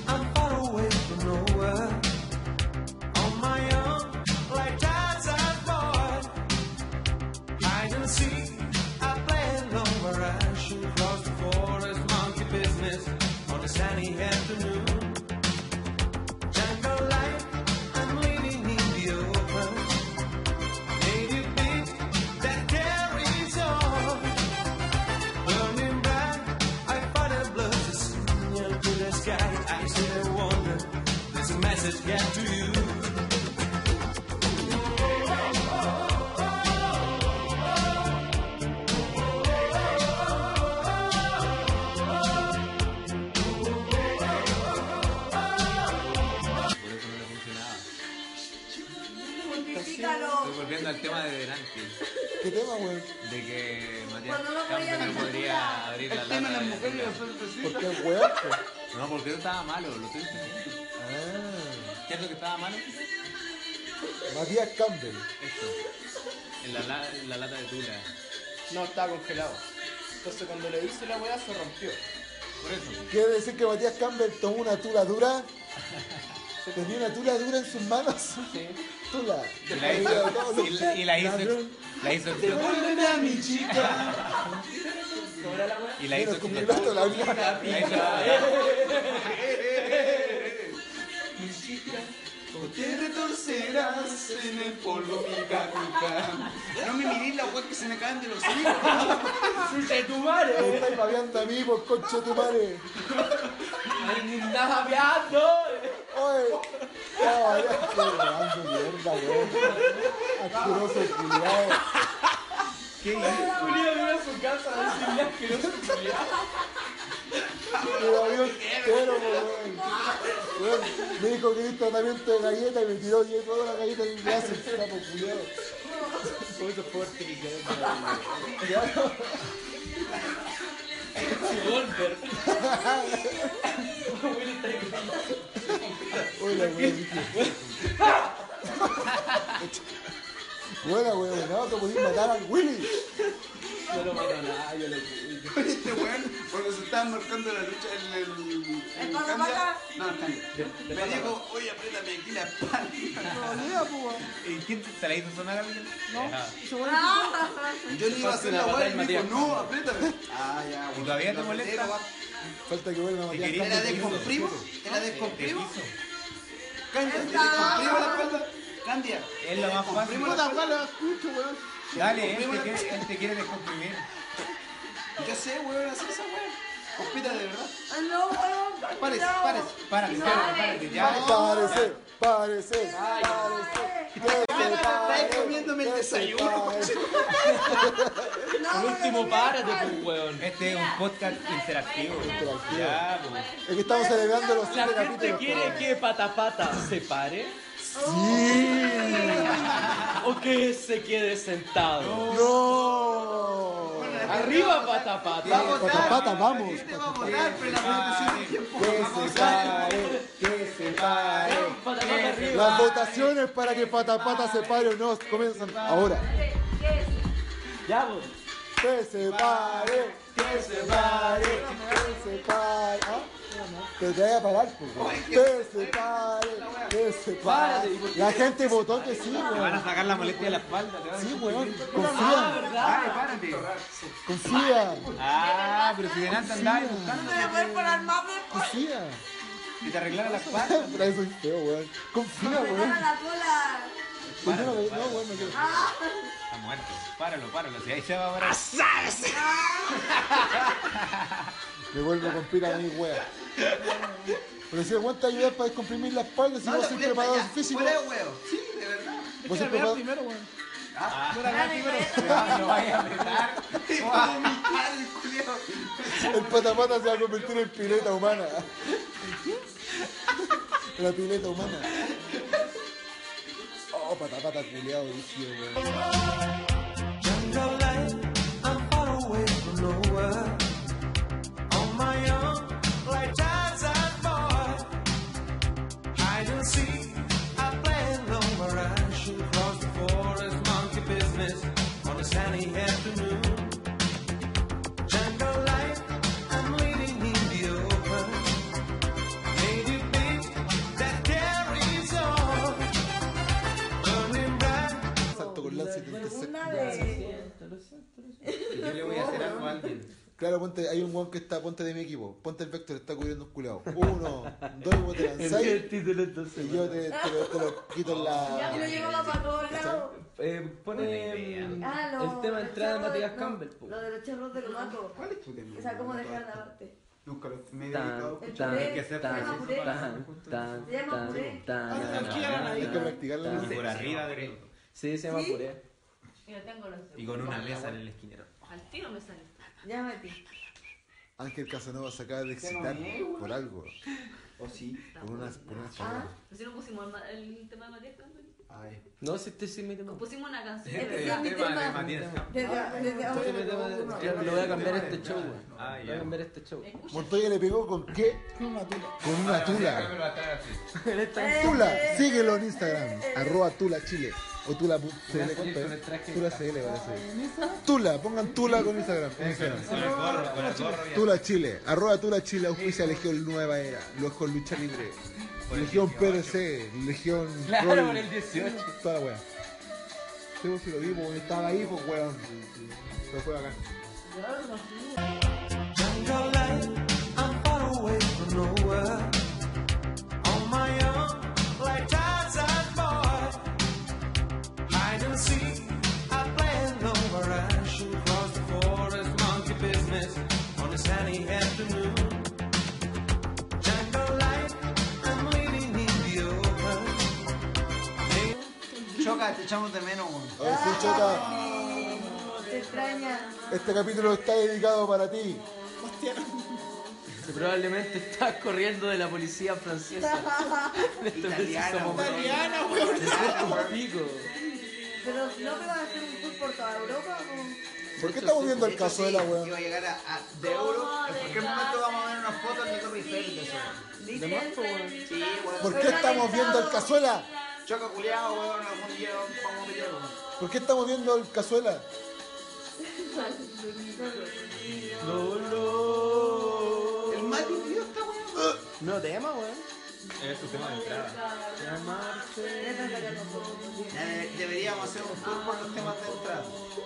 I'm far away from nowhere. On my own, like tides I've bored. Hide and seek, I play along where I shoot across the forest, monkey business on a sunny afternoon. Jungle life, I'm living in the open. Native beat that carries on. Burning bright, I find a blood to sing up to the sky. I sit and wonder, there's a message get to you. Por eso no le funcionaba. Multiplícalo. Estoy volviendo al tema de delante. ¿Qué tema, weón? De que Matías Cuando no podía Campbell la podría abrir la El tema de lata las de mujeres y la- las sorpresitas. ¿Por qué weón? pues? No, porque eso estaba malo, lo estoy entendiendo. Ah, ¿Qué es lo que estaba malo? Matías Campbell. Esto. En la, la- en la lata de tula. No, estaba congelado. Entonces cuando le hice la weá se rompió. Por eso. ¿Quiere decir que Matías Campbell tomó una tula dura? ¿Tenía una tula dura en sus manos? Sí. Tula. Y la hizo, y la, y la hizo, la hizo explotar. a mi chica. ¿Cobra la weá? Y la hizo como explotar. la vida. La hizo- O te retorcerás en el polvo, mica, mica. No me mirís la web que se me caen de los hijos. ¡Chucha tu madre! Me estáis babeando a mí, por concha de tu madre. ¡Ay, ni nada veando! ¡Oye! ¡Oh, ya estoy robando mierda, weón! ¡Asqueroso culiao! Julio vino a su casa a decirle asqueroso culiado. ¡Me babeó entero, weón! Weón, Me dijo que di tratamiento de galleta y me tiró yo toda la galleta en mi brazo, el sapo culiao. Puto fuerte que quedó para Ya, Volver. Hola, weón. Buena, weón. No, te podías matar al Willy. No lo mató nada, yo lo cuido. Este weón, cuando se estaban marcando la lucha en el. en ¿El pata Cambia- pata? No, no, Cambia. Me dijo, oye, apriétame aquí la espalda. Dolía, po, weón. ¿Y quién te- se la hizo sonar a alguien? No, Ajá. y se vuelve- Yo le iba a hacer la Una patada weón en y me dijo, Matías. no, apriétame. Ah, ya, ¿Y todavía te La apreté, molesta? la va- Falta que vuelva Matías quería ¿Te Campbell. la ¿Te descomprimo? ¿Te la ¿Te descomprimo? hizo? Candia, ¿te descomprimo la espalda? Candia. Es lo más fácil. Puta, weón, la escucho, weón. Dale, él te quiere, él te quiere descomprimir. Yo sé, weón, hacer esa weón. Compita de verdad. No, huevón, Párese, no. párese. Párate, párate, párate, ya. Parece, parece, parece. Párese. Parece, estáis comiéndome el desayuno. No, Por último, párate, pues, weón. Este es un podcast interactivo. Interactivo. Ya, pues. Es que estamos celebrando los La siete gente capítulos. quiere que pata pata se pare ¡Sí! o que se quede sentado. ¡No! Arriba pata pata. Vamos a Pata, votar. pata, vamos. La gente va a votar, pero la votación de tiempo. Que se pare, que se pare. Pata pata arriba. Las votaciones para que Patapata se pare o no comienzan ahora. Ya, pues. Que se pare, que se pare, que se pare. ¿Ah? Pero te voy a parar, pues. güey. Que se pare, que se pare. La gente votó que sí, Te van a weón. sacar la molestia de la espalda. te van a- Sí, weón. Ah, Confía, Pare, párate. confía, Ah, pero si de nada andabas buscando. confía. Si te arreglara la espalda. Pero eso es feo, weón. Confía, weón. Pues yo no, no, weón, no quiero. Está muerto. Páralo, páralo. Si ahí se va a parar. Me vuelvo con pila a mi wea. Pero si aguanta ayudar para descomprimir la espalda, si No, vos la sois culpa preparador ya. físico. Fuera de huevo. Sí, de verdad. Vos sois preparador. No vayas a apretar. El patapata se va a convertir en pileta *laughs* humana. La pileta humana. Oh, patapata culiado, dije, weón. Jungle life, I'm far away from nowhere. On my own, like Jazz and Boy. Hide and seek, I play lower. I shoot across the forest, monkey business on a sunny afternoon. Jungle life, I'm leading in the open. Native beach that carries on. Burning bright. Salto con lanza y te intercepto. Una de... Yo le voy a hacer algo a alguien. Claro, ponte, hay un weón que está, ponte de mi equipo. Ponte el vector, está cubriendo un culiado. Uno, dos, vos *laughs* te lanzáis. título entonces. Y yo te, te lo, te lo quito en *laughs* Ya, pero la. llevaba para todos lados. Eh, pone mm, Ah, lo- el tema de entrada de lo Matías no, Campbell. pues. po. Lo de los charros de los macos. ¿Cuál es tu tema? O sea, cómo dejar la parte. Nunca lo me he Tan, dedicado. El tan, puré, que hacer se llama tan, puré. tan, tan, Se llama puré. tan, tan, aquí era la Hay que practicarla. tan. ¿no? Por arriba derecho. Sí, se llama ¿Sí? puré. Yo tengo los Y con una mesa en el esquinero. Al tiro me sale. Ya metí. Este Ángel Casanova se acaba de excitar por algo. ¿O Oh, sí? Por unas, por unas Ah, chorradas. pues si no pusimos el, ma- el tema de Matías Campbell. Ay. No, si este sí me tema. Pusimos una canción. Este es ¿verdad? el tema de Matías. Desde, desde ahora. Este me tema de- Claro, lo voy a cambiar a este show, güey. Ah, Voy a ya. cambiar a este show. Escucha. Montoya le pegó con qué? Con una tula. Ahora me lo ataca así. En Este, esta- eh, Tula, síguelo en Instagram, arroba Tula Chile. O Tula pu- CL, ¿cuánto con el es? traje Tula CL parece. Tula, pongan Tula con Instagram. con Instagram. Con el gorro, con el gorro. bien. Tula Chile, arroba Tula Chile, auspicia Legión Nueva Era, Legión Lucha Libre, Legión PDC, Legión Claro, Rolling, por el 18. Toda la wea. Sí, pues, si lo vi, porque estaba ahí, pues weón. Lo fue acá. Jungle life, I'm far away from nowhere. On my own, like Jazz and Boy. Hide and seek, I play lower. I shoot across the forest, monkey business on a sunny afternoon. Jungle life, I'm living in the open. Choca, te echamos de menos, weón. A ver, sí, Chota, eh, Te extraña. este capítulo está dedicado para ti. Probablemente estás corriendo de la policía francesa. En este Italiana, preciso momento. Italiana, weón. Te suelta un pico. Pero no me vas a hacer un tour por toda Europa. ¿no? ¿Por qué estamos viendo el caso de la weón. weón? Iba a llegar a, a- de euro. En cualquier momento vamos a ver unas fotos de Torre Eiffel de eso. weón. Dicen ser- Sí, weón. ¿Por qué estamos viendo el cazuela? Choca culiado, weón. Algún día vamos a pelear, weón. ¿Por qué estamos viendo el cazuela? No, no. El Mati pidió esta weón. No tema, weón. Es su tema de entrada. Llamarse. Eh, Deberíamos hacer un tour por los temas de entrada.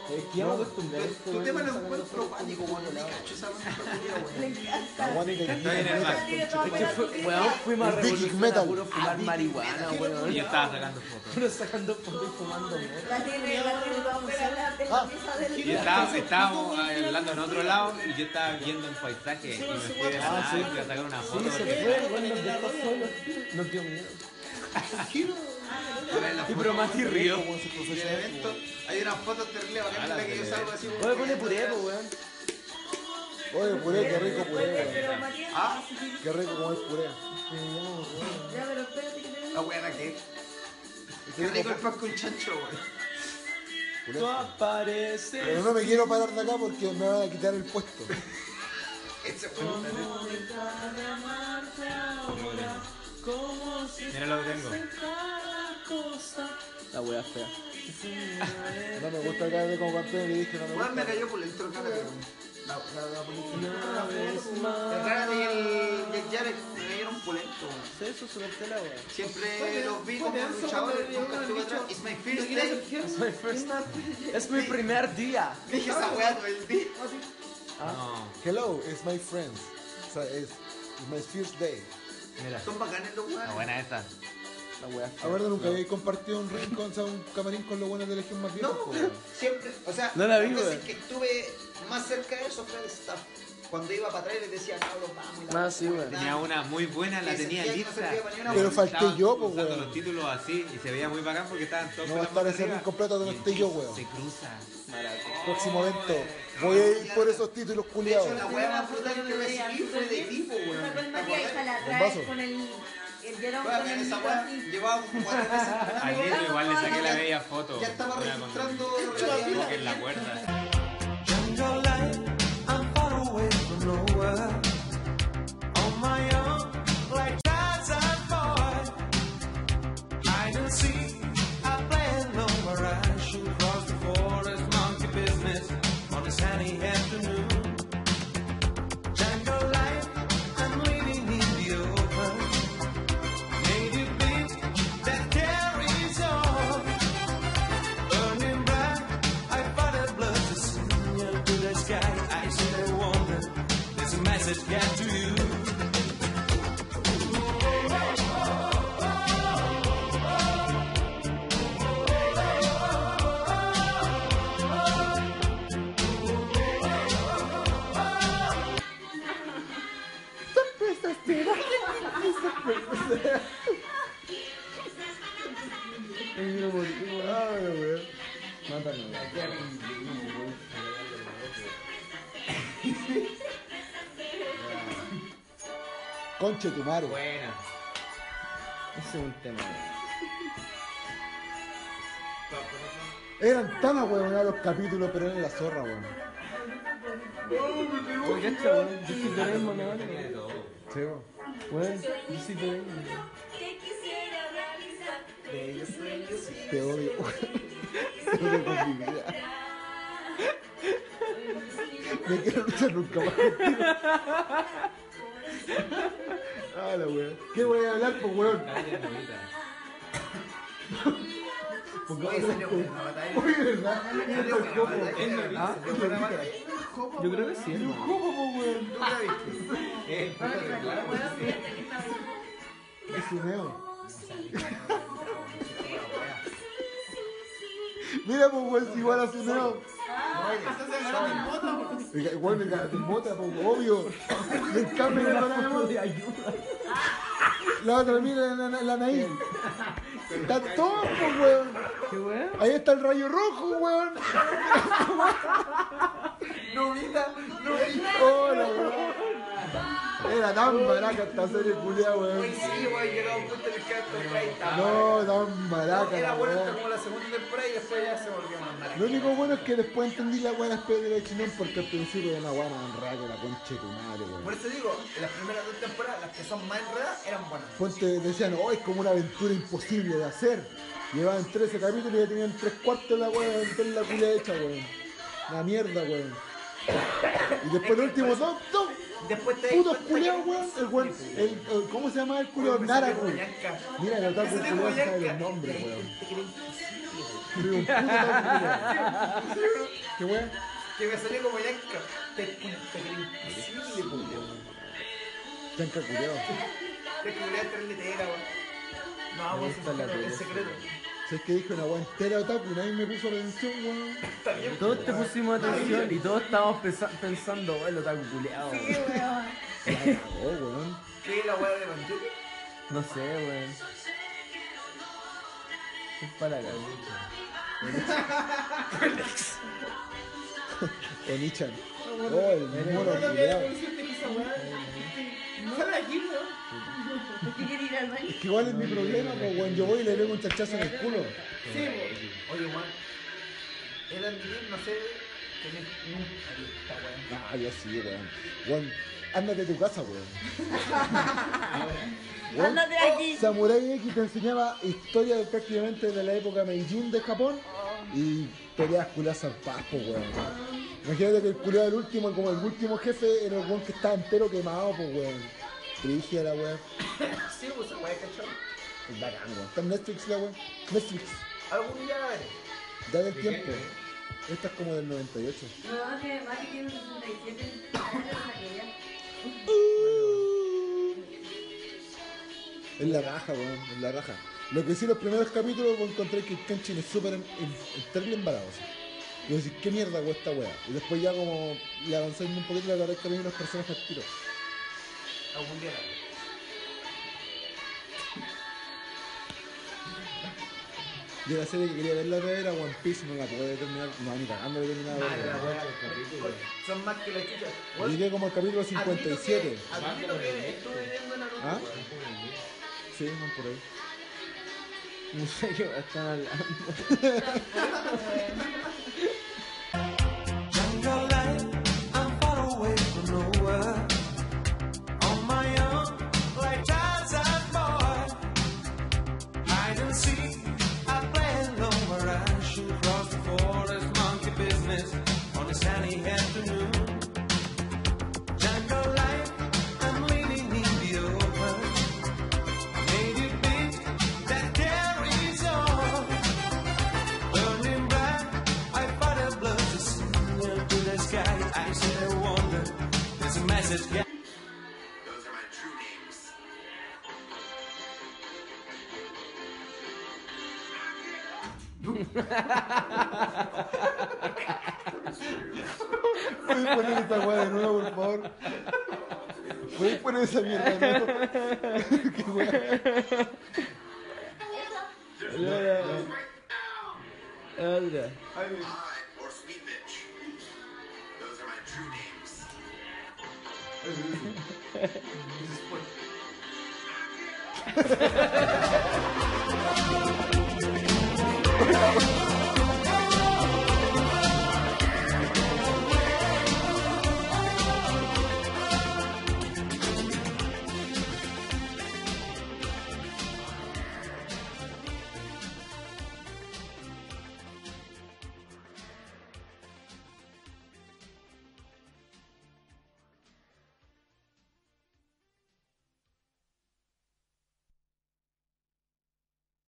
Es que ya me acostumbré a Tu- esto, Tu weón, tema lo sacar encuentro los pánico, weón. Me cacho esa weón. Aguante que Estoy en el bar. Es que fue- weón, fuimos a El Big revolucionar Metal. a puro Ah, fumar marihuana, Y yo weón. estaba sacando fotos. Puro sacando fotos y fumando mota. La tiene, la tiene Ah. toda afuera de la Ah. mesa del- Y estaba- estábamos eh, hablando en otro lado y yo estaba viendo un paisaje y me Ah, fui de la nada y fui a sacar una foto. Sí, se porque- fue, weón, nos dejó solos. Nos dio miedo. Y pero Mati río. Pues, el evento, hay unas fotos terribles Ah, bacanas en las que yo salgo así. como- Oye, pone puré, po, weón. Oye, puré, qué rico puré. Pero Matías, Ah, Qué rico como es puré. *laughs* ya, pero espérate que la termine. buena que. Qué rico el pan con chancho, güey. Tú apareces. Pero no me quiero parar de acá porque me van a quitar el puesto. Ese fue un Mira lo que tengo. La wea fea. No me gusta cada vez como campeón le dije no me Juan me gusta. cayó por dentro, cara. pero- La- la- la polenta. El Rana y el Jack Jarrett me cayeron polento. güey. Eso se cortó la wea. Siempre los vi como Joder, luchadores, eso, nunca estuve el bicho. atrás. It's my *laughs* first day. Es mi primer día. Dije esa weá todo el día. Ah. No. Hello, it's my friends. O sea, es it's my first day. Mira. Son bacanes los Ah, La weones. buena esta. La wea A ver, nunca habéis compartido un rincón, o sea, un camarín con los buenos de Legión más viejos. pues, No, po. siempre, o sea, No la vi, las veces weón. que estuve más cerca de eso fue el staff. Cuando iba para atrás les decía, Pablo, vamos. y la Ah, puta sí, weón. madre". Tenía una muy buena, la Sí, sentía tenía que no lista. servía para ni una Pero Estaban falté yo, po, usando weón. los títulos así y se veía muy bacán porque estaban todos No con va a la mano estar ese arriba. ring completo donde Y esté yo, se weón. cruza. Próximo evento. Voy a ir por esos títulos De hecho, la culiados. weá más brutal que recibí fue de tipo, weón. Sacó el ¿Te Matías y acordás? se la vaso. trae con el... El hielo Weón, con en el esa hielo weá así. llevaba cuatro veces. Al libro igual le saqué la media foto. Ya estaba Una con- registrando como que en la puerta. Jungle life, I'm far away from nowhere. On my own, like tides I'm bored. Hide and seek, I plan nowhere. I shoot across the forest, monkey business on a sunny afternoon. Jungle life, I'm living in the open. Native beat that carries on. Burning bright, I fight a blood to sing up to the sky. I sit and wonder, there's a message got to you. Conche tu madre. Buena. Ese es un tema. Eran tan ahuevonados los capítulos, pero eran la zorra, weón. Oye, este weón, yo soy Doraemon ahora. Tiene de todo. Sí, weón. Weón, yo soy Doraemon. Que quisiera realizar. Te odio. No tengo mi vida. Me quiero luchar nunca más contigo. Ah, la wea. ¿Qué voy a hablar, pues, weón? Nadie es bonita. Oye, salió buena batalla. Oye, ¿verdad? Salió buena batalla. Ah, Salió buena batalla. Yo creo que sí, hermano. ¿Cómo, po, weón? ¿Tú la viste? Eh, claro. Es un neo. Mira, pues, weón, si igual a su neo. El ga- Weón, el gato mota, pues, obvio. El cambio de Doraemon. La otra, mira, la, la, la nariz. Está todo, pues, weón. ¿Qué weón? Ahí está el rayo rojo, weón. Novita, novita. Hola, weón. Era tan baraca esta serie culia, weón. Oye, sí, weón, llegaba un punto en el que esto fue ahí, estaba No, tan baraca Era la bueno weón. hasta como la segunda temporada y después ya se volvió más mala. Lo único bueno es que después entendí la weá después de la chinón porque al principio era una weá más enredada que la concha de tu madre, Por weón. eso digo, las primeras dos temporadas, las que son más enredadas, eran buenas. Ponte, decían, oh, es como una aventura imposible de hacer. Llevaban 13 capítulos y ya tenían 3 cuartos de la weá de aventar la culia hecha, weón. Una mierda, weón. Y después los últimos dos, dos Después te putos culiados, weón. El weón, el, pues. el- ¿cómo se llama el culiado? Nara, weón. Mira, el otaku Ese culiado tipo sabe yanca. los nombres, weón. Soy un puto otaku culiao. ¿Qué weón? Que me salió como yanca. Te te creí imposible, culiao. Chanca culiao. Te culiao tres letera, weón. No, weón, gusta la es tele, secreto. Si es que dije una weá entera otaku, nadie me puso atención, weón. Está bien. Todos te pusimos atención y todos estábamos pensa- pensando, weón, lo está culeado. Se la cagó, Oh, weón. ¿Qué es la weá de Evangelion? No sé, weón. Es para acá. Onichan. Oh, el mono Yo también culiao. era consciente que esa weá- No sale aquí, weón. ¿Qué quiere ir al baño? Es que igual es mi problema, pues, weón. Yo voy y le pego un chachazo en el culo. Sí, weón. Oye, Juan, he de admitir, no sé, que me... Ahí está, weón. Ah, yo sí, weón. Weón, ándate de tu casa, weón. *laughs* Weón, oh, Ándate de aquí. Samurai X te enseñaba historia de prácticamente de la época Meijin de Japón y peleas culiadas zarpadas, po, weón. Imagínate que el culiado del último, como el último jefe, era el weón que estaba entero quemado, pues, weón. Trigia la weón. Sí, pues esa weá es cachón. Es bacán, weón. Está en Netflix la weón. Netflix. Algún día la veré. Ya del tiempo. Esta es como del 98. No, que Mati tiene un 67 años en aquella. Es la raja, weón, es la raja. Lo que sí, los primeros capítulos vos encontré que el Kenchin es súper en, en- en- terrible embarazo. Y vos decís, ¿qué mierda, weón, esta weá? Y después ya como le avanzáis un poquito la verdad que los personajes al tiro. Algún día la veré. Y la serie que quería ver la otra vez era One Piece, no la pude terminar, no, ni cagando la he terminado. Ah, la weón. weá, Son más que la chucha. Weón, Llegué como al capítulo admito que- 57. Admito que estuve viendo Naruto. ¿Ah? weón. Sí, van por ahí. *laughs* No sé qué están hablando. Younger life, I'm far away from nowhere. On my own, like child's I'm bored. Hide and seek, I play alone where I shoot across the forest, monkey business on a sunny afternoon. Jungle life, I'm leaning in the open. Made you think that carries on. Burning bright, I fight a blood to see into the sky. I said I wonder, there's a message. Yeah. Those are my true names. ¿Puedes poner esta weá de nuevo, por favor? ¿Puedes poner esa mierda de nuevo? Otra. Hot or sweet bitch. Those are my true names.